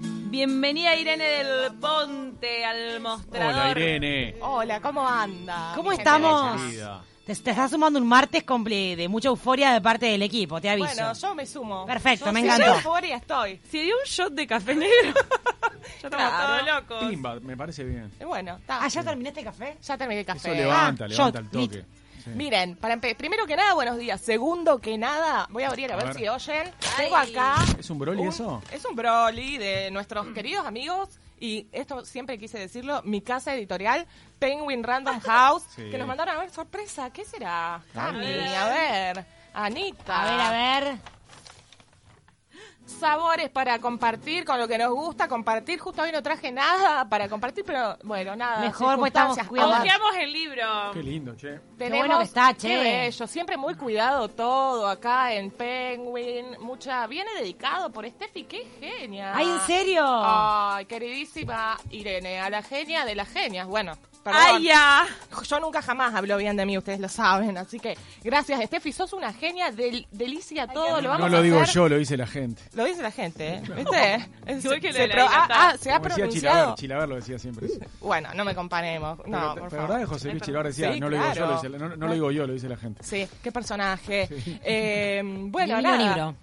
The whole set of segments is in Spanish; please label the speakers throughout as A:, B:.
A: Bienvenida Irene del Ponte al mostrador.
B: Hola, Irene.
C: Hola, ¿cómo anda?
D: ¿Cómo
C: mi gente
D: estamos?
C: bella?
B: Querida.
D: Te, te estás sumando un martes comple- de mucha euforia de parte del equipo, te aviso.
C: Bueno, yo me sumo.
D: Perfecto,
C: Yo
D: me
C: sí,
D: encantó.
C: yo euforia estoy.
A: Se dio un shot de café negro.
C: Ya estamos
A: Claro.
C: todos locos.
B: Timba, me parece bien.
C: Y bueno, está.
D: Ah, ¿ya terminaste el café?
C: Ya terminé el
B: Eso
C: café. Ah,
B: levanta,
D: Ah,
B: levanta
D: shot,
B: el toque. Sí.
C: Miren, para empe- primero que nada, buenos días. Segundo que nada, voy a abrir a,
B: A
C: ver,
B: ver.
C: si oyen. Tengo
A: Ay.
C: acá.
B: ¿Es un broli
C: un-
B: eso?
C: Es un broli de nuestros queridos amigos. Y esto siempre quise decirlo, mi casa editorial, Penguin Random House,
B: Sí. Ah,
C: que nos mandaron a ver sorpresa. ¿Qué será? Cami,
A: ver.
C: a ver. Anita.
D: A ver, a ver.
C: sabores para compartir con lo que nos gusta compartir. Justo hoy no traje nada para compartir, pero bueno, nada.
D: Mejor, pues, estamos
C: circunstancias,
D: cuidados.
C: cosas.
A: Hojeamos el libro.
B: Qué lindo, che.
C: Tenemos,
D: bueno que está, che.
C: qué bello, siempre muy cuidado todo acá en Penguin. Mucha, viene dedicado por Steffi, qué genia.
D: Ay, ¿en serio?
C: Ay, queridísima Irene, a la genia de las genias. Bueno, perdón.
A: Ay, ya.
C: Yo nunca jamás hablo bien de mí, ustedes lo saben. Así que gracias, Steffi. Sos una genia, del, delicia todo. lo vamos
B: no lo
C: a
B: digo
C: hacer.
B: yo, lo dice la gente.
C: Lo dice la gente, ¿eh? ¿viste? Es-
A: Igual que lo
C: se
A: de la
C: pro- ah,
A: dilatada.
C: ah, se ha
B: Como decía
C: pronunciado.
B: Chilaver, Chilaver lo decía siempre. eso.
C: Bueno, no me comparemos. No,
B: Pero,
C: por
B: ¿Te
C: favor.
B: acordás de José Luis Chilaver decía,
C: Sí,
B: no, lo digo yo,
C: claro.
B: lo dice la- no, no lo digo yo, lo dice la gente?
C: Sí, qué personaje. Eh, bueno,
D: Divino
C: nada.
D: libro.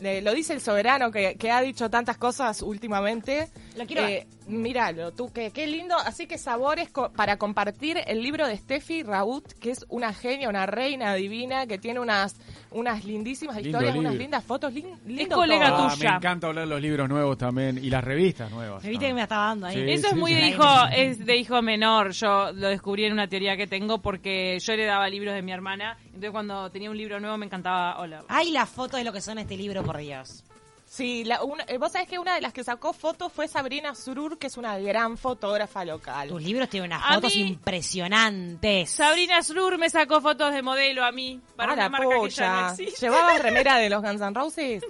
C: Le- lo dice el soberano que, que ha dicho tantas cosas últimamente. Eh,
D: Lo quiero
C: Míralo, tú, que, qué lindo. Así que sabores co- para compartir el libro de Steffi Raut, que es una genia, una reina divina, que tiene unas, unas lindísimas
B: Lindo
C: historias, unas
B: libro.
C: lindas fotos. lin- lindo
A: colega
C: todo.
A: tuyo.
B: Ah, me
A: tuya.
B: encanta hablar de los libros nuevos también y las revistas nuevas. Ah.
D: Me viste que me la estaba dando ahí.
B: Sí.
A: Eso es muy de
D: sí.
A: hijo, es de hijo menor. Yo lo descubrí en una teoría que tengo porque yo heredaba libros de mi hermana. Entonces cuando tenía un libro nuevo me encantaba. Hola.
D: Ay, las fotos de lo que son este libro, por Dios.
C: Sí, la, una- eh, vos sabés que una de las que sacó fotos fue Sabrina Surur, que es una gran fotógrafa
D: Tus
C: local.
D: libros tienen unas
A: A
D: fotos
A: mí-
D: impresionantes.
A: Sabrina Srur me sacó fotos de modelo a mí para
C: Ah,
A: una
C: la
A: marca que ya no
C: pucha.
A: existe.
C: ¿Llevabas remera de los Guns N' Roses?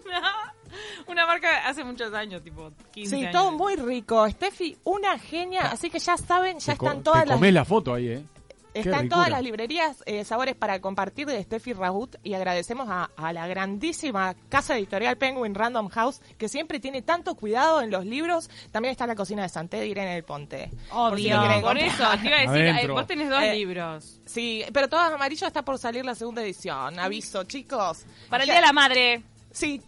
A: Una marca hace muchos años, tipo 15
C: Sí,
A: años.
C: todo muy rico. Steffi, una genia. Así que ya saben,
B: Ah.
C: ya
B: Te co-
C: están todas
B: Te comés
C: las
B: la foto ahí, ¿eh? Qué
C: están todas
B: ricura.
C: las librerías eh, Sabores para compartir de Steffi Ragut y agradecemos a, a la grandísima casa editorial Penguin Random House que siempre tiene tanto cuidado en los libros. También está la cocina de Santé de Irene del Ponte. Por si
D: Obvio.
C: lo quieren
A: Por
C: comprar.
A: eso, te iba a decir,
B: Adentro.
A: eh, vos tenés dos
C: Eh,
A: libros.
C: Sí, pero Todas Amarillas está por salir la segunda edición. Aviso, chicos.
A: Para el
C: Ya-
A: Día de la Madre.
C: Sí,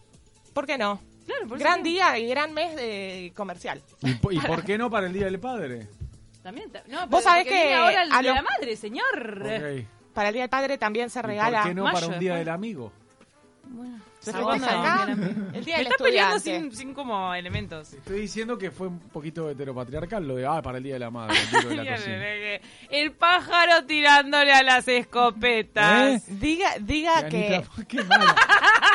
C: ¿por qué no?
A: Claro, por eso
C: gran
A: que-
C: día y gran mes de comercial.
B: ¿Y, po- y por qué no para el Día del Padre?
A: También está- No,
C: Vos
A: pero
C: sabés
A: porque
C: que
A: viene ahora el
C: a
A: Día de
C: lo-
A: la Madre, señor.
B: Ok.
C: Para el Día del Padre también se
B: ¿Y
C: regala.
B: ¿Por qué no
A: Mayo
B: para un Día
A: después.
B: del Amigo?
C: Se
A: Sabor
C: festeja
A: no,
C: acá
A: mira,
C: el Día
A: Me
C: del
A: estás peleando
C: Estudiante.
A: sin, sin como elementos.
B: Estoy diciendo que fue un poquito heteropatriarcal lo de, ah, para el Día de la Madre, el libro de la cocina.
A: El pájaro tirándole a las
B: ¿Eh?
A: escopetas.
C: Eh, Diga, diga
B: Y
C: que
B: Anita, qué mala.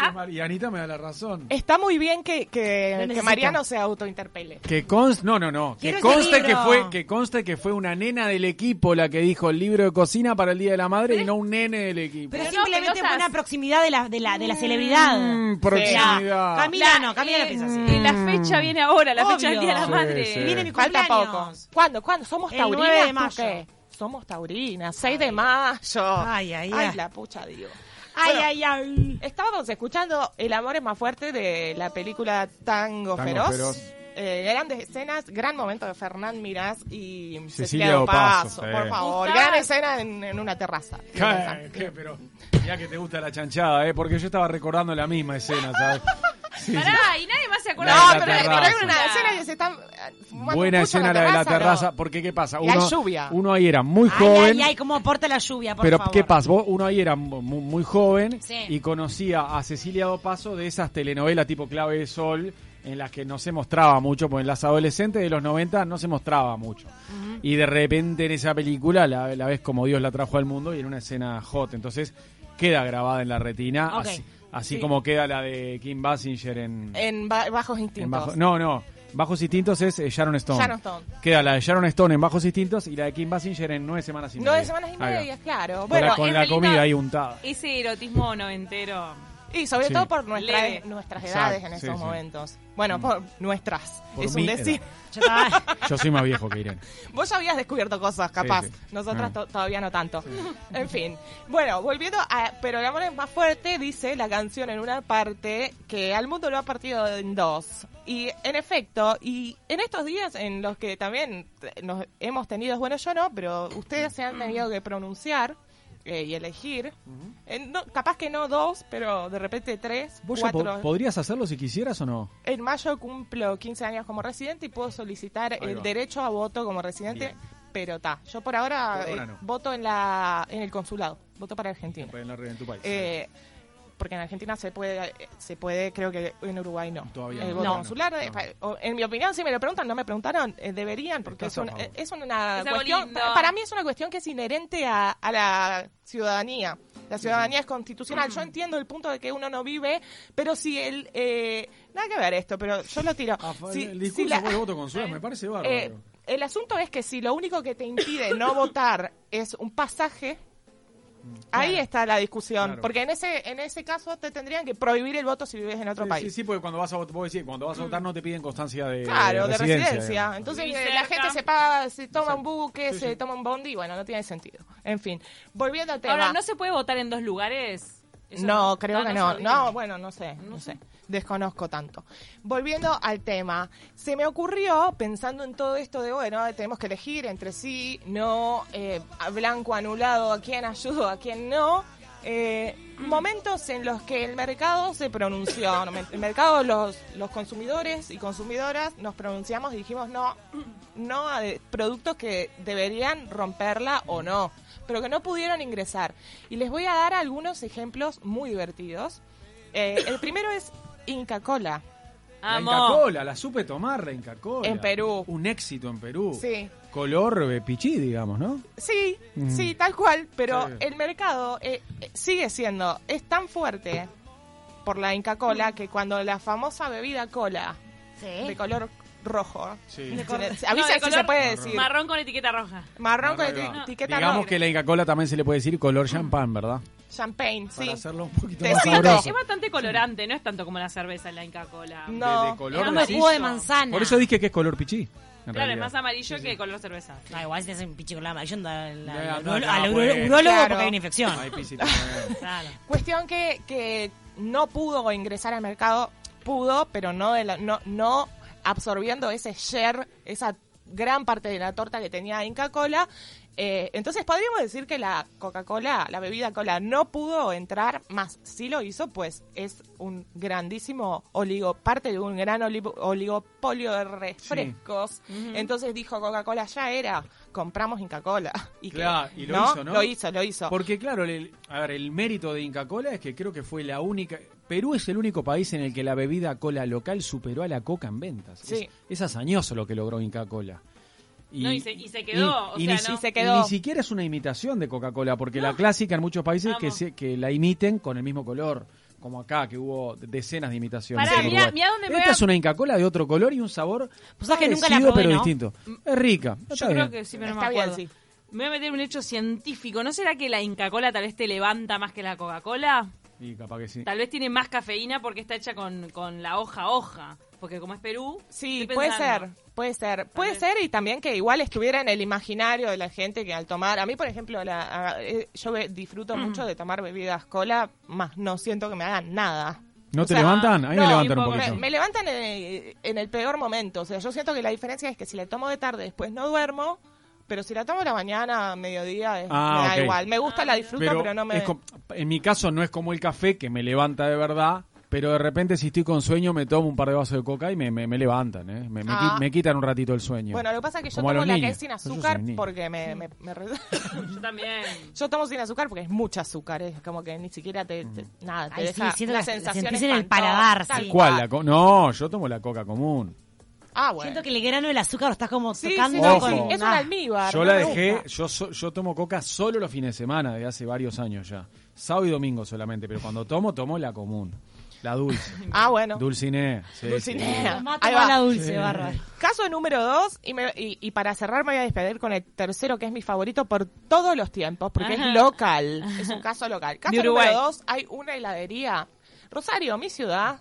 B: Qué mala. Y Anita me da la razón.
C: está muy bien que, que,
D: Lo
C: que
D: necesito.
C: Mariano se autointerpele.
B: Que conste, no, no, no, que
D: Quiero ese
B: conste que
D: libro.
B: fue que conste que fue una nena del equipo la que dijo el libro de cocina para el Día de la Madre y no un nene del equipo.
D: Pero,
A: Pero no,
D: simplemente
A: pero
D: por una
A: esas-
D: proximidad de la, de la, de la celebridad.
B: Mm, proximidad.
D: Ya. Cami- Mira, no, Camila la piensa así.
A: eh, La fecha viene ahora, la fecha del
D: Obvio.
A: Día de la
D: Sí,
A: Madre.
B: sí.
D: Viene mi
C: Falta
D: cumpleaños.
C: poco. ¿Cuándo? ¿Cuándo? ¿Somos
D: El
C: taurinas?
D: 9 de
C: ¿Tú
D: mayo.
C: qué? Somos taurinas. 6 de mayo.
D: Ay, ay, ay.
C: la pucha, digo.
D: Ay,
C: Bueno,
D: ay, ay.
C: Estábamos escuchando El amor es más fuerte de la película Tango,
B: Tango
C: Feroz.
B: Feroz.
C: Eh, grandes escenas, gran momento de Fernán Mirás y
B: Cecilia
C: Cecilia
B: Opazo,
C: Opaso,
B: sí.
C: por favor.
A: Gustavo.
C: Gran escena en, en una terraza.
B: Ay, qué, pero mirá que te gusta la chanchada, eh, porque yo estaba recordando la misma escena, ¿sabes? Sí, sí.
A: Pará, y nadie más se
C: No,
A: acuerda
B: La de
A: de
B: la
C: pero, pero
B: terraza.
C: hay una escena que se están
B: Buena escena la de la terraza, porque qué pasa,
C: Y hay
B: uno,
C: lluvia.
B: uno ahí era muy
D: Ay,
B: joven.
D: ay, ay, cómo aporta la lluvia, por
B: Pero
D: favor.
B: qué pasa, Vos- uno ahí era mu- muy, joven
D: Sí.
B: y conocía a Cecilia Dopaso de esas telenovelas tipo Clave de Sol en las que no se mostraba mucho, porque en las adolescentes de los 90 no se mostraba mucho. Y de repente en esa película la, la ves como Dios la trajo al mundo y en una escena hot, entonces queda grabada en la retina,
D: Ok.
B: así, así
C: Sí. Eh,
B: como queda la de Kim Basinger en...
C: En ba- Bajos
B: en
C: Instintos.
B: Bajo- no, no, Bajos Instintos es eh, Sharon Stone.
C: Sharon Stone.
B: Queda la de Sharon Stone en Bajos Instintos y la de Kim Basinger en Nueve Semanas y
C: Nueve
B: Media.
C: semanas y
B: Ahí va.
C: media, claro.
B: Con la-
C: Bueno,
B: con
A: es
B: la
A: re lindo.
B: comida ahí untada.
A: Ese erotismo noventero.
C: Y sobre
B: Sí.
C: todo por nuestra- e-,
A: Leve.
C: nuestras
B: Exacto,
C: edades en
B: sí,
C: estos
B: sí.
C: momentos. Bueno, por nuestras.
B: Por
C: es
B: mi
C: un decir.
B: edad.
D: Yo estaba-
B: Yo soy más viejo que Irene.
C: Vos ya habías descubierto cosas, capaz.
B: sí.
C: Nosotras
B: Ah.
C: to- todavía no tanto. En fin. Bueno, volviendo a... Pero el amor es más fuerte, dice la canción en una parte, que al mundo lo ha partido en dos. Y en efecto, y en estos días en los que también eh, nos hemos tenido, bueno, yo no, pero ustedes se han tenido que pronunciar eh, y elegir. Eh, no, capaz que no dos, pero de repente tres,
B: ¿Vos ya po-
C: cuatro.
B: podrías hacerlo si quisieras o no?
C: En mayo cumplo 15 años como residente y puedo solicitar
B: Ahí
C: el
B: va.
C: derecho a voto como residente,
B: Bien.
C: pero ta. Yo por ahora,
B: Por ahora
C: eh,
B: no.
C: voto en la en el consulado, voto para Argentina.
B: en tu país.
C: Eh, porque en Argentina se puede, eh, se puede, creo que en Uruguay no.
B: Todavía
C: el
B: no.
C: voto
B: No.
C: consular, eh,
B: No.
C: pa- o- en mi opinión, si me lo preguntan, no me preguntaron, eh, deberían, porque es,
B: Estás a
C: un-
B: favor.
C: eh, es una
A: Es algo
C: cuestión,
A: lindo.
C: pa- para mí es una cuestión que es inherente a, a la ciudadanía. La ciudadanía es constitucional. Yo entiendo el punto de que uno no vive, pero si el... eh, nada que ver esto, pero yo lo tiro.
B: Ah, fa-
C: Si-
B: el
C: si
B: discurso
C: la-
B: por el voto consular me parece bárbaro.
C: eh, el asunto es que si lo único que te impide no votar es un pasaje, ahí está la discusión.
B: Mm. Claro.
C: Porque en ese, en ese caso te tendrían que prohibir el voto si vives en otro
B: sí,
C: país. Mm.
B: sí, sí, porque cuando vas a votar, vos decís, cuando vas a votar no te piden constancia de
C: Claro, de residencia.
B: Eh, digamos.
C: Entonces
A: Y
C: eh, la
A: cerca.
C: gente se paga, se toma un buque,
B: Sí,
C: se
B: sí.
C: toma un bondi, bueno, no tiene sentido. En fin, volviendo al tema.
A: Ahora, ¿no se puede votar en dos lugares? Eso
C: No, creo que no.
A: sabía.
C: No, bueno, no sé, no sé. Desconozco tanto. Volviendo al tema, se me ocurrió, pensando en todo esto de, bueno, tenemos que elegir entre sí, no, eh, a blanco anulado, a quién ayudo, a quién no. eh, momentos en los que el mercado se pronunció, no, el mercado, los, los consumidores y consumidoras nos pronunciamos y dijimos no, no a de- productos que deberían romperla o no, pero que no pudieron ingresar. Y les voy a dar algunos ejemplos muy divertidos. Eh, el primero es Inca Cola.
B: La
A: Amo.
B: Inca Cola, la supe tomar, la Inca Cola.
C: En Perú.
B: Un éxito en Perú.
C: Sí.
B: Color eh, pichí, digamos, ¿no?
C: Sí,
B: Mm.
C: sí, tal cual, pero
B: Sí.
C: el mercado eh, eh, sigue siendo, es tan fuerte por la Inca Cola que cuando la famosa bebida cola de
D: Sí.
C: color rojo,
B: Sí.
C: avisa
A: No, ¿Eh? de
C: si se
A: color
C: puede decir, marrón,
A: Marrón con etiqueta roja.
C: con
B: Ahí
C: eti-
B: va.
C: etiqueta
B: Digamos
C: roja,
B: que la Inca Cola también se le puede decir color champán, ¿verdad?
C: champagne,
B: Para
C: sí.
B: hacerlo un poquito
C: Te
B: más
C: siento.
B: sabroso.
A: Es bastante colorante, no es tanto como la cerveza la Inca Cola.
C: No.
B: De, de
D: Es
B: color
D: como el
B: decís.
D: jugo de manzana.
B: Por eso dije que es color pichí. en
A: Claro,
B: realidad.
A: es más amarillo que color cerveza.
D: No, igual si te hacen pichi con la Yo ando al, al-
B: Ya,
D: al
B: no,
D: uro-
B: ya,
D: al uro-
B: pues.
D: urólogo
C: Claro.
D: porque hay una infección.
B: Ay, pichí también.
D: Claro.
C: Cuestión que, que no pudo ingresar al mercado, pudo, pero no, de la- no, no absorbiendo ese share, esa gran parte de la torta que tenía Inca Cola. Eh, entonces podríamos decir que la Coca-Cola, la bebida cola, no pudo entrar, más si lo hizo, pues es un grandísimo oligo, parte de un gran oli- oligopolio de refrescos. Entonces dijo Coca-Cola, ya era, compramos Inca Cola. Y, que-
B: Claro, y lo hizo, ¿no?
C: Lo hizo, lo hizo.
B: Porque claro, el, a ver, el mérito de Inca Cola es que creo que fue la única... Perú es el único país en el que la bebida cola local superó a la coca en ventas.
C: Sí.
B: Es, es hazañoso lo que logró Inca Cola.
A: No, y se- y se quedó, o
B: y
A: sea,
B: ni,
A: no-
C: Y se quedó.
B: ni siquiera es una imitación de Coca-Cola, porque la clásica en muchos países es que,
A: Vamos.
B: se- que la imiten con el mismo color. Como acá, que hubo decenas de imitaciones.
A: Pará,
B: en
A: mirá-
B: Uruguay.
A: mirá dónde me
B: Esta
A: voy a-
B: es una Inca Cola de otro color y un sabor.
D: Pues sabes que nunca la
B: parecido,
D: probé,
B: pero
D: ¿no?
B: distinto. Es rica.
A: Yo
B: está
A: creo
B: bien.
A: que sí, pero no me
C: Está bien,
A: acuerdo.
C: sí.
A: Me voy a meter un hecho científico. ¿No será que la Inca Cola tal vez te levanta más que la Coca-Cola?
B: Y capaz que sí.
A: Tal vez tiene más cafeína porque está hecha con, con la hoja hoja. Porque como es Perú.
C: Sí,
A: estoy
C: puede
A: pensando.
C: ser, puede ser, puede
A: vez.
C: ser y también que igual estuviera en el imaginario de la gente que al tomar, a mí por ejemplo, la, a- eh, yo be-
A: Mm.
C: disfruto mucho de tomar bebidas cola, más no siento que me hagan nada.
B: ¿No
C: O
B: te
C: sea,
B: levantan? A mí
A: no,
B: me levantan un
A: tampoco.
B: poquito.
C: Me, me levantan en, en el peor momento, o sea, yo siento que la diferencia es que si la tomo de tarde después no duermo, pero si la tomo a la mañana, a mediodía, es-
B: Ah,
C: me da
B: ok.
C: igual, me gusta, la disfruto, pero, no me...
B: es com- en mi caso no es como el café que me levanta de verdad, pero de repente si estoy con sueño me tomo un par de vasos de coca y me, me- me levantan, ¿eh? me, me qui-
C: Ah.
B: me quitan un ratito el sueño.
C: Bueno, lo que pasa es que yo
B: Como a
C: tomo
B: los
C: la que
B: niños.
C: es sin
B: Yo soy un
C: azúcar
B: niño.
C: porque me... me- me re-
A: Yo también.
C: Yo tomo sin azúcar porque es mucho azúcar, es como que ni siquiera te, te- nada, te
D: Mm. Ay, sí,
C: deja
D: siento
C: una
D: la- la
C: sensación
D: sentís en el
C: espantosa,
D: paladar,
C: tal
D: sí.
B: ¿Cuál? La co- no, yo tomo la coca común.
C: Ah, bueno.
D: Siento que el grano del azúcar lo estás como
C: Sí, sí,
D: tocando
C: sí,
B: Ojo.
C: sí,
D: con...
C: es un
D: Ah.
C: almíbar.
B: Yo
C: no
B: la
C: me
B: dejé,
C: gusta.
B: yo, so- yo tomo coca solo los fines de semana, de hace varios años ya. Sábado y domingo solamente, pero cuando tomo, tomo la común. La dulce.
C: Ah, bueno.
B: Dulcinea. sí,
C: Dulcinea.
B: sí.
D: Mato
C: Ahí
D: va
C: va.
D: la dulce, bárbaro.
C: Caso número dos, y, me- y- y para cerrar me voy a despedir con el tercero, que es mi favorito por todos los tiempos, porque
A: Ajá.
C: es local, es un caso local. Caso
A: De Uruguay.
C: número dos, hay una heladería Rosario, mi ciudad,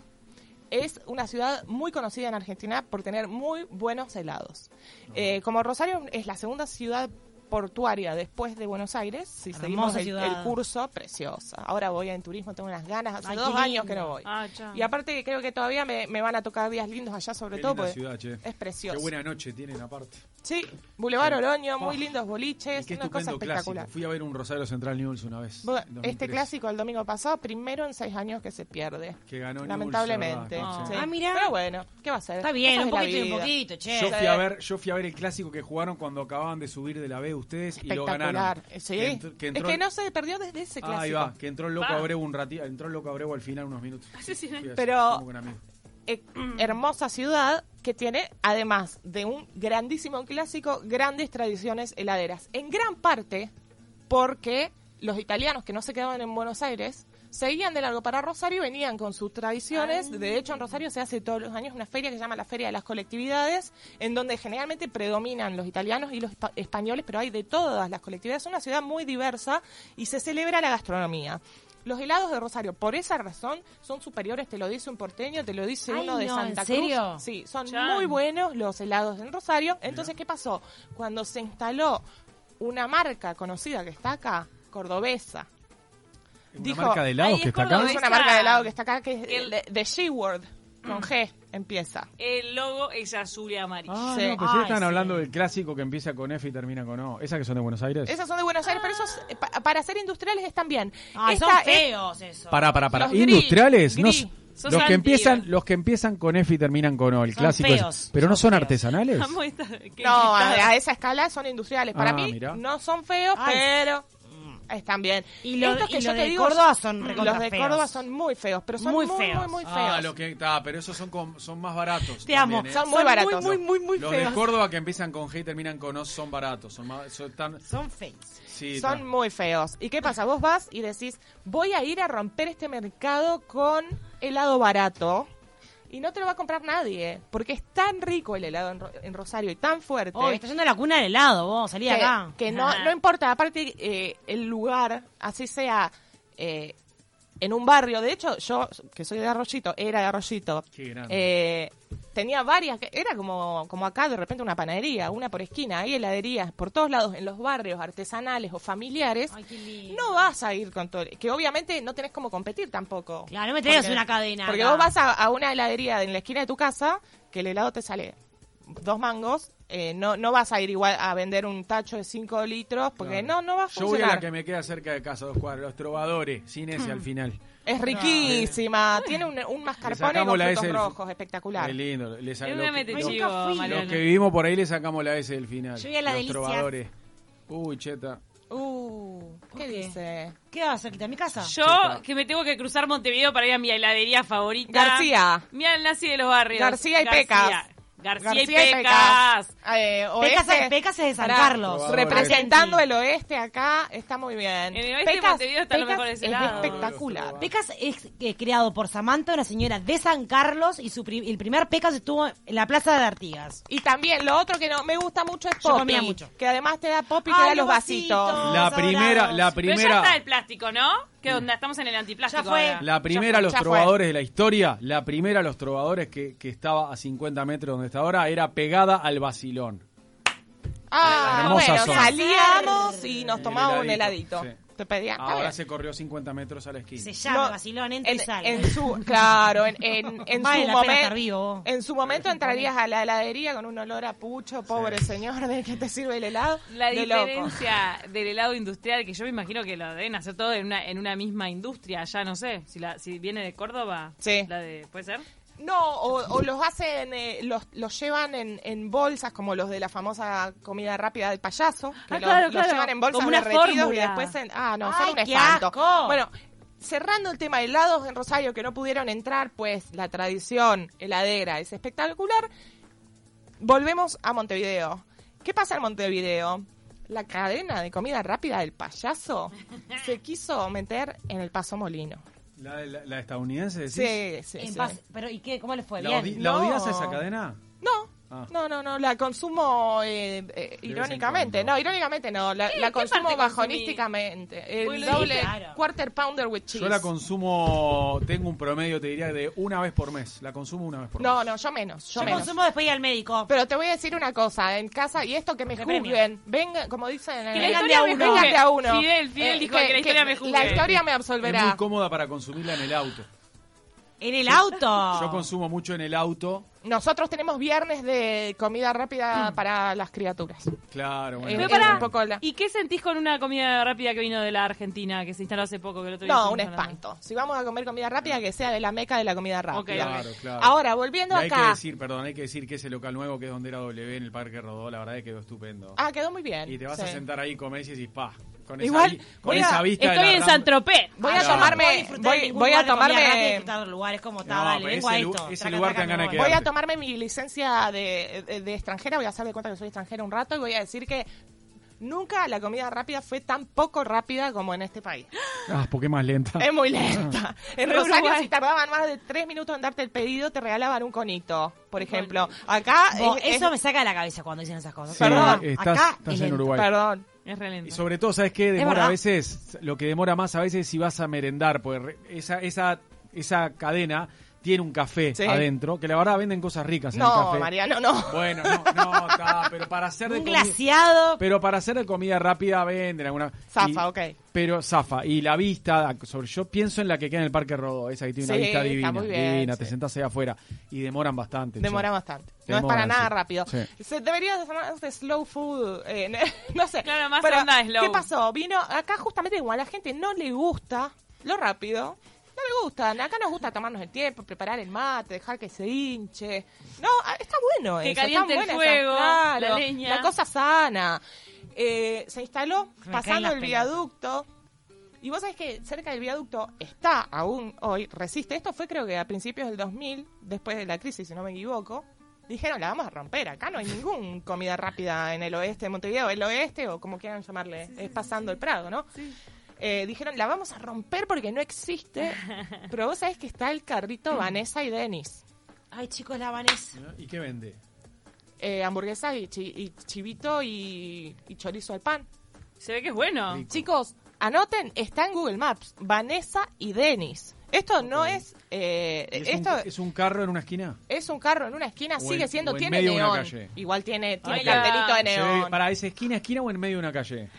C: es una ciudad muy conocida en Argentina por tener muy buenos helados.
B: Ah.
C: Eh, como Rosario es la segunda ciudad portuaria después de Buenos Aires, si
D: Hermosa
C: seguimos el,
D: ciudad.
C: el curso, preciosa. Ahora voy en turismo, tengo unas ganas, hace
D: Ay, qué
C: dos años
D: lindo.
C: que no voy.
A: Ah, chao.
C: y aparte creo que todavía me, me van a tocar días lindos allá, sobre
B: Qué
C: todo
B: linda
C: porque
B: ciudad, che.
C: es precioso.
B: Qué buena noche tienen aparte.
C: Sí, Boulevard Oroño, muy
B: Oh.
C: lindos
B: Es
C: boliches,
B: qué
C: una cosa
B: estupendo clásico.
C: espectacular.
B: Fui a ver un Rosario Central News una vez.
C: Bueno,
B: en 2013,
C: este clásico el domingo pasado, primero en seis años que se pierde.
B: Que ganó Newell's,
C: lamentablemente.
B: ¿verdad?
A: Ah.
C: sí.
D: Ah, mirá.
C: Pero bueno, ¿qué va a ser?
D: Está bien,
C: Cosas
D: un
C: de la
D: poquito y un
C: vida.
D: poquito, che.
B: Yo
C: Sí.
B: fui, a ver, yo fui a ver el clásico que jugaron cuando acababan de subir de la B ustedes y lo
C: Espectacular.
B: ganaron.
C: Sí.
B: Que entr- que entró-
C: Es que no se perdió desde ese
B: Ah, ahí
C: clásico.
B: va, que entró el loco
A: Va.
B: Abreu un ratito, entró el loco Abreu al final unos minutos.
A: Sí, sí.
B: Fui a-
C: Pero-
B: como con amigos.
C: Eh, hermosa ciudad que tiene, además de un grandísimo clásico, grandes tradiciones heladeras. En gran parte porque los italianos que no se quedaban en Buenos Aires seguían de largo para Rosario y venían con sus tradiciones.
D: Ah.
C: De hecho, en Rosario se hace todos los años una feria que se llama la Feria de las Colectividades, en donde generalmente predominan los italianos y los espa- españoles, pero hay de todas las colectividades. Es una ciudad muy diversa y se celebra la gastronomía. Los helados de Rosario, por esa razón, son superiores, te lo dice un porteño, te lo dice
D: Ay,
C: uno de
D: no, ¿en
C: Santa
D: serio?
C: Cruz. Sí, son
A: Chan.
C: muy buenos los helados en Rosario. Entonces, ¿qué pasó? Cuando se instaló una marca conocida que está acá, cordobesa,
B: Una
C: Dijo,
B: marca de helados
A: "Ay, es
B: que está acá.
A: cordobés".
C: es
A: Cordobesa.
C: una marca de helado que está acá, que es
A: El-
C: de- de G-Word, con G empieza.
A: El logo es azul y amarillo.
B: Ah,
C: Sí.
B: no, pensé que
D: Ay,
B: estaban
D: sí.
B: hablando del clásico que empieza con F y termina con O. ¿Esas que son de Buenos Aires?
C: Esas son de Buenos Aires, pero esos, eh, pa- para ser industriales están bien.
D: Ay,
C: Esta
D: son
C: es-
D: feos eso.
B: Para, para, para.
C: Los gris,
B: Industriales, no
C: gris.
B: s-
A: Sos
B: los
A: anti,
B: que empiezan,
A: ¿verdad?
B: los que empiezan con F y terminan con O, el
D: Son
B: clásico. ese.
D: feos,
B: Pero no
D: son
B: son
D: feos.
B: artesanales.
A: Amo esta- qué
C: pues. No, a,
A: invitada.
C: a esa escala son industriales. Para
B: Ah,
C: mí
B: mirá.
C: no son feos,
D: Ay, Mm.
C: pero están bien.
D: Y lo-
C: Estos
D: y
C: que
D: lo
C: yo te
D: de
C: digo,
D: Córdoba son recontra
C: Los de
D: feos.
C: Córdoba son muy feos, pero son
D: Muy
C: muy, muy,
D: feos.
C: muy, feos.
B: Ah, lo que, está, pero esos son, con- son más baratos.
D: Te
B: también,
D: amo.
B: ¿eh?
C: Son muy baratos.
D: Muy, muy, muy, muy
B: Los
D: feos.
B: de Córdoba que empiezan con G y terminan con O son baratos. Son más, son tan-
D: Son feos.
B: sí,
C: Son
B: tan-
C: muy feos. ¿Y qué pasa? Vos vas y decís, voy a ir a romper este mercado con helado barato. Y no te lo va a comprar nadie, porque es tan rico el helado en, Ro- en Rosario y tan fuerte
D: Oh, está yendo a la cuna del helado, vos. Salí de
C: que,
D: acá.
C: que no, no importa, aparte eh, el lugar, así sea eh, en un barrio. De hecho, yo, que soy de Arroyito, era de Arroyito,
B: Qué grande.
C: eh, tenía varias, que- era como, como acá de repente una panadería, una por esquina, hay heladerías por todos lados, en los barrios artesanales o familiares.
D: Ay, qué lindo.
C: No vas a ir con todo, que obviamente no tenés como competir tampoco.
D: Claro, no me traigas
C: Porque-
D: una cadena
C: Porque
D: acá.
C: vos vas a, a una heladería en la esquina de tu casa, que el helado te sale dos mangos, eh, no, no vas a ir igual a vender un tacho de 5 litros, porque
B: Claro.
C: no, no va a
B: Yo voy a la
C: funcionar.
B: que me queda cerca de casa, dos cuadros, los trovadores, sin ese al final.
C: Es riquísima, tiene un, un mascarpone
B: sacamos
C: con
B: la
C: frutos
B: S del-
C: rojos, espectacular.
B: Qué lindo. Les,
A: Es
B: lo
A: una
B: que-
A: mete
B: lo-
D: nunca
A: chivo,
D: fui.
A: Mariana.
B: los que vivimos por ahí le sacamos la S del final.
D: Yo voy a la
B: los
D: Delicias.
B: trovadores. Uy, cheta.
C: Uh, ¿qué dice?
D: ¿Qué vas a hacer? ¿Quitar mi casa?
A: Yo que me tengo que cruzar Montevideo para ir a mi heladería favorita.
C: García.
A: Mira el nazi de los barrios.
C: García y Pecas.
A: García, y Pecas.
C: Eh,
D: Pecas,
C: oeste-
D: Pecas es de San
C: Pará,
D: Carlos.
C: Representando el oeste acá, está muy
A: En
C: bien.
A: el oeste de Montevideo están los
C: Pecas
A: mejores
C: es
A: helados.
C: espectacular.
D: Pecas es eh, creado por Samantha, una señora de San Carlos, y su pri- el primer Pecas estuvo en la Plaza de Artigas.
C: Y también lo otro que no me gusta mucho es
D: Yo
C: Poppy,
D: comía mucho.
C: que además te da Poppy y te
D: Ay,
C: da los
D: los
C: vasitos.
D: vasitos.
B: La
D: Dorados.
B: primera, la
A: Pero
B: primera. Mm.
A: ya está el plástico, ¿no? ¿Qué onda? Estamos en el antiplástico.
D: Ya fue.
A: ahora.
B: La primera,
C: fue,
B: los
C: ya fue.
B: trovadores de la historia, la primera, los trovadores que, que estaba a 50 metros donde está ahora, era pegada al vacilón.
C: Ah,
B: Hermosas
C: bueno,
B: son.
C: salíamos y nos
B: El
C: tomábamos un
B: heladito,
C: heladito.
B: sí.
C: Te pedían. está
B: Ahora
C: bien.
B: se corrió 50 metros a la esquina.
D: Se llama
C: No,
D: Basilón, entra y
C: en,
D: sale.
C: en su, claro, en, en, en
D: Vale
C: su
D: la pena estar vivo, vos.
C: momento, en su momento entrarías a la heladería con un olor a pucho, pobre señor, de que te sirve el helado,
A: La
C: de loco.
A: diferencia del helado industrial, que yo me imagino que lo deben hacer todo en una, en una misma industria, ya no sé. Si, la, si viene de Córdoba,
C: Sí. Eh,
A: la de, ¿puede ser?
C: No, o, o los hacen, eh, los, los llevan en, en bolsas como los de la famosa comida rápida del payaso, que
A: Ah,
C: los,
A: claro,
C: los
A: claro.
C: llevan en bolsas
A: Como una
C: derretidos y
A: fórmula.
C: después en, ah no, son
D: Ay,
C: un
D: qué
C: espanto.
D: asco.
C: Bueno, cerrando el tema de helados en Rosario que no pudieron entrar, pues la tradición heladera es espectacular. Volvemos a Montevideo. ¿Qué pasa en Montevideo? La cadena de comida rápida del payaso se quiso meter en el Paso Molino.
B: La, la- la estadounidense, decís?
C: Sí, sí,
D: En
C: sí.
D: paz- pero, ¿y qué? ¿Cómo le fue?
B: ¿La,
D: Bien.
B: odi- la
C: No.
B: odias a esa cadena?
C: No,
B: Ah.
C: No, no, no, la consumo eh, eh,
B: en
C: irónicamente.
B: cuando.
C: No, irónicamente no, la, la
A: qué
C: consumo
A: parte
C: bajonísticamente. El
A: Vos lo
C: doble
A: dijiste.
D: Claro.
C: quarter pounder with cheese.
B: Yo la consumo, tengo un promedio, te diría, de una vez por mes. La consumo una vez por
C: No,
B: mes.
C: no, yo menos, yo,
D: Yo
C: menos.
D: consumo después ir al médico.
C: Pero te voy a decir una cosa, en casa, y esto que me
D: Te premio.
C: juzguen, venga, como dicen,
A: Que
D: la
C: eh,
D: historia me
C: vengan
A: juzgue.
C: de a uno. Eh,
A: Fidel, Fidel dijo que la historia me juzgue.
C: La historia me
B: Es muy
C: absolverá.
B: cómoda para consumirla en el auto.
D: En el
C: Ah.
D: auto.
B: Yo consumo mucho en el auto.
C: Nosotros tenemos viernes de comida rápida
B: Mm.
C: para las criaturas.
B: Claro, bueno.
A: Pero
C: Eh,
B: Eh,
A: pará,
C: un poco la-
A: ¿Y qué sentís con una comida rápida que vino de la Argentina, que se instaló hace poco? Que el otro día
C: No, un
A: estuvimos hablando?
C: espanto. Si vamos a comer comida rápida, que sea de la meca de la comida rápida.
B: Claro, claro.
C: Ahora,
B: Y
C: volviendo
B: hay que
C: acá.
B: decir, perdón, hay que decir que ese local nuevo que es donde era W en el Parque Rodó, la verdad que quedó estupendo.
C: Ah, quedó muy bien.
B: y te vas
C: Sí.
B: a sentar ahí, comer y decís, pa, con
C: Igual,
B: esa, vi- con
C: voy a-
B: esa vista de
A: Estoy
B: la
A: en
B: Rambla.
A: San Tropez.
C: Voy a
D: Ah, yo
B: Claro.
D: no puedo
C: tomarme.
D: disfrutar de
C: Voy,
D: ningún
C: voy
D: lugar
C: a
D: de comida rápida y
C: tomarme.
D: disfrutar de los lugares como
B: No,
D: está, dale,
B: pero
D: vengo
B: ese
D: a
B: lu-
D: esto.
B: ese
D: traca,
B: lugar te
D: traca,
B: dan
D: me
B: ganas de
D: voy.
C: Voy a
B: Quedarte.
C: tomarme mi licencia de, de- de extranjera, voy a hacer de cuenta que soy extranjera un rato y voy a decir que nunca la comida rápida fue tan poco rápida como en este país.
B: Ah, porque más lenta.
C: Es muy lenta. En
A: Re
C: Rosario,
A: Uruguay.
C: si tardaban más de tres minutos en darte el pedido, te regalaban un conito, por ejemplo. Acá.
D: Vos,
C: es- es-
D: eso me saca de la cabeza cuando dicen esas cosas.
B: Sí,
C: Perdón,
B: estás,
D: acá
B: estás
D: es
B: en
D: lento.
B: Uruguay.
C: Perdón.
A: Es re lento.
B: Y sobre todo, ¿sabes qué? Demora
D: verdad.
B: a veces, lo que demora más a veces es si vas a merendar, porque re- esa, esa, esa cadena tiene un café
C: Sí.
B: adentro, que la verdad venden cosas ricas en el
C: No,
B: café.
C: Mariano, no.
B: Bueno, no, no, está, pero para hacer de
D: Un
B: comi-
D: glaciado.
B: Pero para hacer de comida rápida venden alguna.
C: Zafa,
B: y-
C: ok.
B: Pero zafa. Y la vista, sobre, yo pienso en la que queda en el Parque Rodó, esa que tiene
C: Sí,
B: una vista
C: está
B: divina.
C: muy bien,
B: divina, te
C: sí.
B: sentás ahí afuera. Y demoran bastante.
C: Demora
B: che.
C: bastante. No es
B: Demora,
C: para nada
B: sí.
C: rápido.
B: Sí.
C: Se debería de llamarse slow food. eh, no sé.
A: Claro, más onda slow.
C: ¿Qué pasó? Vino acá justamente igual a la gente no le gusta lo rápido. No le gusta. Acá nos gusta tomarnos el tiempo, preparar el mate, dejar que se hinche. No, ah, está bueno
A: Que
C: eso,
A: caliente
C: está
A: el
C: buena
A: fuego,
C: esa-
A: la leña.
C: La cosa sana. Eh, se instaló
D: Me caen
C: pasando
D: las
C: el
D: pelotas.
C: viaducto. Y vos sabés que cerca del viaducto está aún hoy, resiste. Esto fue creo que a principios del 2000, después de la crisis, si no me equivoco. Dijeron, la vamos a romper. Acá no hay ningún comida rápida en el oeste de Montevideo, el oeste o como quieran llamarle, es pasando el Prado, ¿no? Eh, dijeron, la vamos a romper porque no existe. Pero vos sabés que está el carrito Vanessa y Denis.
D: Ay, chicos, la Vanessa.
B: ¿Y qué vende?
C: Eh, hamburguesa y, chi- y chivito y, y chorizo al pan.
A: Se ve que es bueno.
B: Rico.
C: Chicos, anoten, está en Google Maps, Vanessa y Denis. Esto no es... eh,
B: ¿Es,
C: esto
B: un, ¿Es un carro en una esquina?
C: Es un carro en una esquina,
B: O en-
C: sigue siendo,
B: o en
C: tiene
B: medio de una
C: neón.
B: calle.
C: Igual tiene, tiene
A: Ok.
C: cartelito de
A: Se
B: Se
C: neón.
B: ve- ¿Para esa esquina, esquina o en medio de una calle?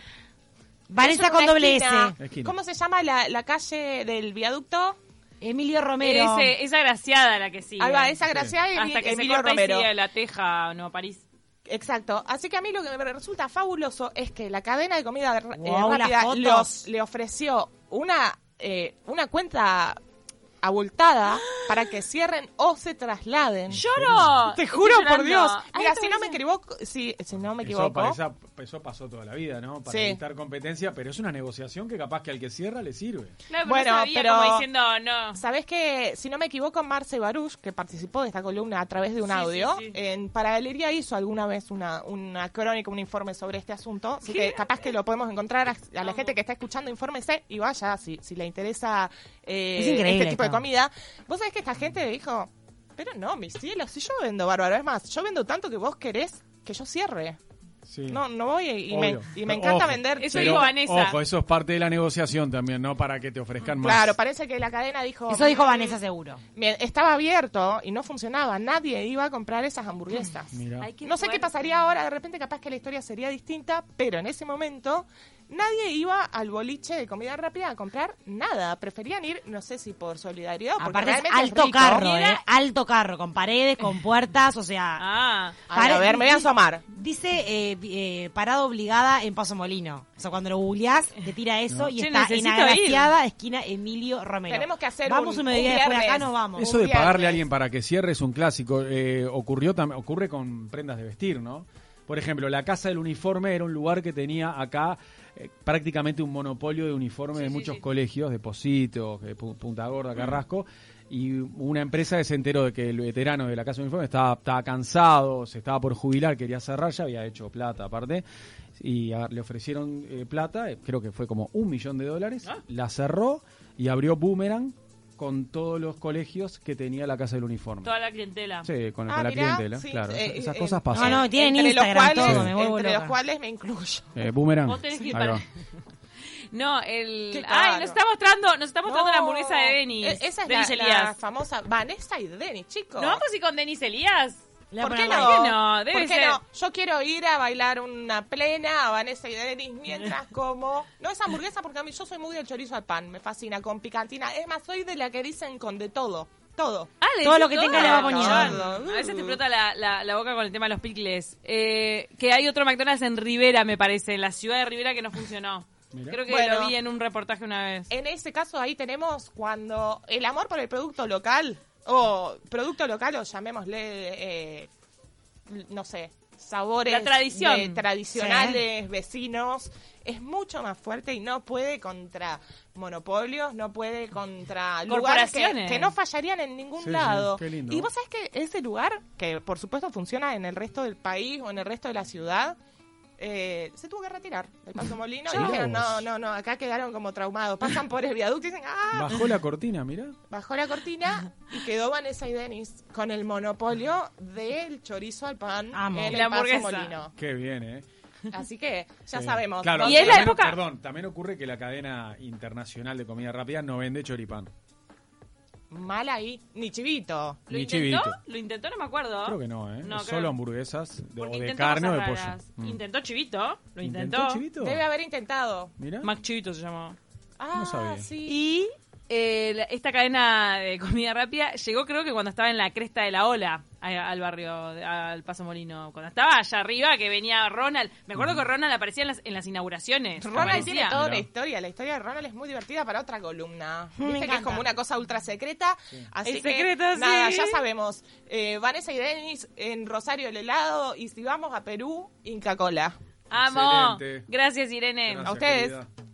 D: Vanessa
C: Es
D: con
C: una
D: doble S.
C: esquina.
B: Esquina.
C: ¿Cómo se llama la, la calle del viaducto?
D: Emilio Romero.
C: eh,
A: Ese- esa graciada la que sigue.
C: Ahí va, esa gracia y
A: Hasta que se
C: Emilio
A: corta y
C: Romero.
A: sigue a la Teja, no, a París.
C: Exacto. Así que a mí lo que me resulta fabuloso es que la cadena de comida r- eh,
D: Guau, las
C: rápida
D: fotos.
C: los- le ofreció una, eh, una cuenta abultada para que cierren o se trasladen.
A: ¡Lloro!
C: Te juro
A: Estoy
C: por Dios.
A: llorando. Ay,
C: Mira,
A: esto
C: si no Ah, me
A: parece-
C: equivoco, si, si no me
B: Eso,
C: equivoco.
B: para esa- eso pasó toda la vida, ¿no? Para
C: Sí.
B: evitar competencia, pero es una negociación que capaz que al que cierra le sirve.
A: No, pero
C: Bueno,
A: no sabía,
C: pero-
A: como diciendo, no.
C: Sabes que, si no me equivoco, Marce Baruch, que participó de esta columna a través de un
A: Sí, sí,
C: audio,
A: sí.
C: en Para Galería hizo alguna vez una, una crónica, un informe sobre este asunto. Así
A: ¿Qué?
C: que capaz que lo podemos encontrar a, a la gente que está escuchando, infórmese y vaya si, si le interesa eh,
D: Es increíble
C: este tipo de
D: esto.
C: comida. Vos sabés que esta gente dijo, pero no, mis cielos, si yo vendo bárbaro, es más, yo vendo tanto que vos querés que yo cierre.
B: Sí.
C: No, no voy y, y me,
B: Obvio.
C: y me
B: No,
C: encanta
B: ojo.
C: vender.
A: Eso dijo Vanessa.
B: Ojo, eso es parte de la negociación también, ¿no? Para que te ofrezcan más.
C: Claro, parece que la cadena dijo...
D: Eso dijo
C: "Mm,
D: Vanessa seguro.
C: Mien- Estaba abierto y no funcionaba. Nadie iba a comprar esas hamburguesas.
B: Mira.
A: Ay,
C: No sé qué
A: fuerte.
C: pasaría ahora. De repente, capaz que la historia sería distinta, pero en ese momento nadie iba al boliche de comida rápida a comprar nada. Preferían ir, no sé si por solidaridad o porque
D: Aparte es
C: realmente es
D: alto
C: rico.
D: carro,
A: Y era-
D: ¿eh? Alto carro, con paredes, con puertas, o sea...
A: Ah.
C: A ver, a ver, me voy a asomar.
D: Dice eh, eh, parada obligada en Paso Molino. O sea, cuando lo googleás, te tira eso y
A: Che,
D: está en
A: necesito
D: Agraciada, esquina Emilio Romero.
C: Tenemos que hacer
D: Vamos
C: un-
D: una medida
C: un
D: después,
C: viernes.
D: acá nos vamos.
B: Eso
C: Un
B: de pagarle
C: viernes.
B: a alguien para que cierre es un clásico. Eh, ocurrió tam- ocurre con prendas de vestir, ¿no? Por ejemplo, la Casa del Uniforme era un lugar que tenía acá eh, prácticamente un monopolio de uniforme de muchos colegios, de Positos, de Pu- Punta Gorda,
A: Mm.
B: Carrasco, y una empresa que se enteró de que el veterano de la Casa del Uniforme estaba, estaba cansado, se estaba por jubilar, quería cerrar, ya había hecho plata aparte, y a- le ofrecieron
A: Ah.
B: eh, plata, eh, creo que fue como un millón de dólares, la cerró y abrió Boomerang con todos los colegios que tenía la Casa del Uniforme.
A: Toda la clientela.
B: Sí, con,
C: Ah,
B: con la
C: mirá,
B: clientela,
C: sí,
B: claro.
C: eh,
B: Esas- Esas
C: eh,
B: cosas
C: eh,
B: pasan.
D: No, no, tienen
C: entre
D: Instagram
C: los cuales,
D: todo, me vuelvo
C: Entre los
D: loca.
C: cuales me incluyo.
B: Eh, boomerang.
A: Vos tenés que ir
B: Ahí
A: para-
B: va.
A: No, el.
C: Qué
A: Ay,
C: caro.
A: nos está mostrando, nos está mostrando la
C: No,
A: hamburguesa de Denis.
C: e- Esa es
A: Denis
C: la, la
A: Elías.
C: famosa Vanessa y Denis, chicos.
A: ¿No vamos a ir con Denis Elías?
D: Le voy
C: ¿Por
D: a
C: qué
D: poner
C: no?
D: like.
A: ¿Por qué no? Debe
C: ¿Por qué
A: ser.
C: no? Yo quiero ir a bailar una plena a Vanessa y Denis mientras como. No es hamburguesa porque a mí yo soy muy del chorizo al pan. Me fascina con picantina. Es más, soy de la que dicen con de todo. Todo.
A: Ah, le
D: Todo
A: decís
D: lo que tenga le va
C: poniendo.
A: A veces te explota la, la- la boca con el tema de los picles. Eh, que hay otro McDonald's en Rivera, me parece, en la ciudad de Rivera que no funcionó.
B: Mirá.
A: Creo que
C: Bueno.
A: lo vi en un reportaje una vez.
D: Eh,
C: En ese caso ahí tenemos cuando el amor por el producto local o producto local o llamémosle eh, no sé sabores
A: La tradición.
C: de tradicionales vecinos es mucho más fuerte y no puede contra monopolios no puede contra lugares que,
A: Corporaciones.
C: que no fallarían en ningún
B: Sí, sí,
C: lado
B: qué lindo.
C: y vos sabés que ese lugar que por supuesto funciona en el resto del país o en el resto de la ciudad eh, se tuvo que retirar el Paso Molino y
B: Mirá
C: dijeron,
B: vos.
C: no, no, no, acá quedaron como traumados. Pasan por el viaducto y dicen, ah,
B: Bajó la cortina, mirá.
C: bajó la cortina y quedó Vanessa y Denis con el monopolio del chorizo al pan
D: Amo.
C: en
A: Y
C: el
A: la
C: Paso
A: hamburguesa.
C: Molino.
B: Qué bien, ¿eh?
C: Así que ya
B: Sí.
C: sabemos.
B: Claro,
A: Y es la
B: también-
A: época-
B: Perdón, también ocurre que la cadena internacional de comida rápida no vende choripán.
C: Mal ahí, ni chivito.
A: ¿Lo
B: Ni
A: intentó?
B: chivito.
A: ¿Lo intentó? No me acuerdo.
B: Creo que no, ¿eh?
A: No,
B: Es
A: creo-
B: Solo hamburguesas de, o
A: Porque
B: de
A: intentó
B: carne o de
A: cosas
B: pollo.
A: raras.
B: Mm.
A: Intentó Chivito. Lo intentó.
B: chivito?
C: Debe haber intentado.
B: Mirá.
A: Mac Chivito se llamó.
C: Ah,
B: sabía.
C: sí.
A: Y eh, la- esta cadena de comida rápida llegó creo que cuando estaba en la cresta de la ola a- al barrio, de- al Paso Molino. Cuando estaba allá arriba que venía Ronald. Me acuerdo que Ronald aparecía en las, en las inauguraciones.
C: Ronald
A: Aparecía.
C: tiene toda
B: Mirá.
C: la historia. La historia de Ronald es muy divertida para otra columna.
D: Me
C: Viste que es
D: encanta.
C: como una cosa ultra secreta. Así
A: Es
C: que,
A: secreta, sí.
C: nada, ya sabemos. Eh, Vanessa y Denis en Rosario el helado. Y si vamos a Perú, Inca Cola.
A: Amo.
B: Excelente.
A: Gracias, Irene.
B: Gracias,
C: a ustedes.
B: querida.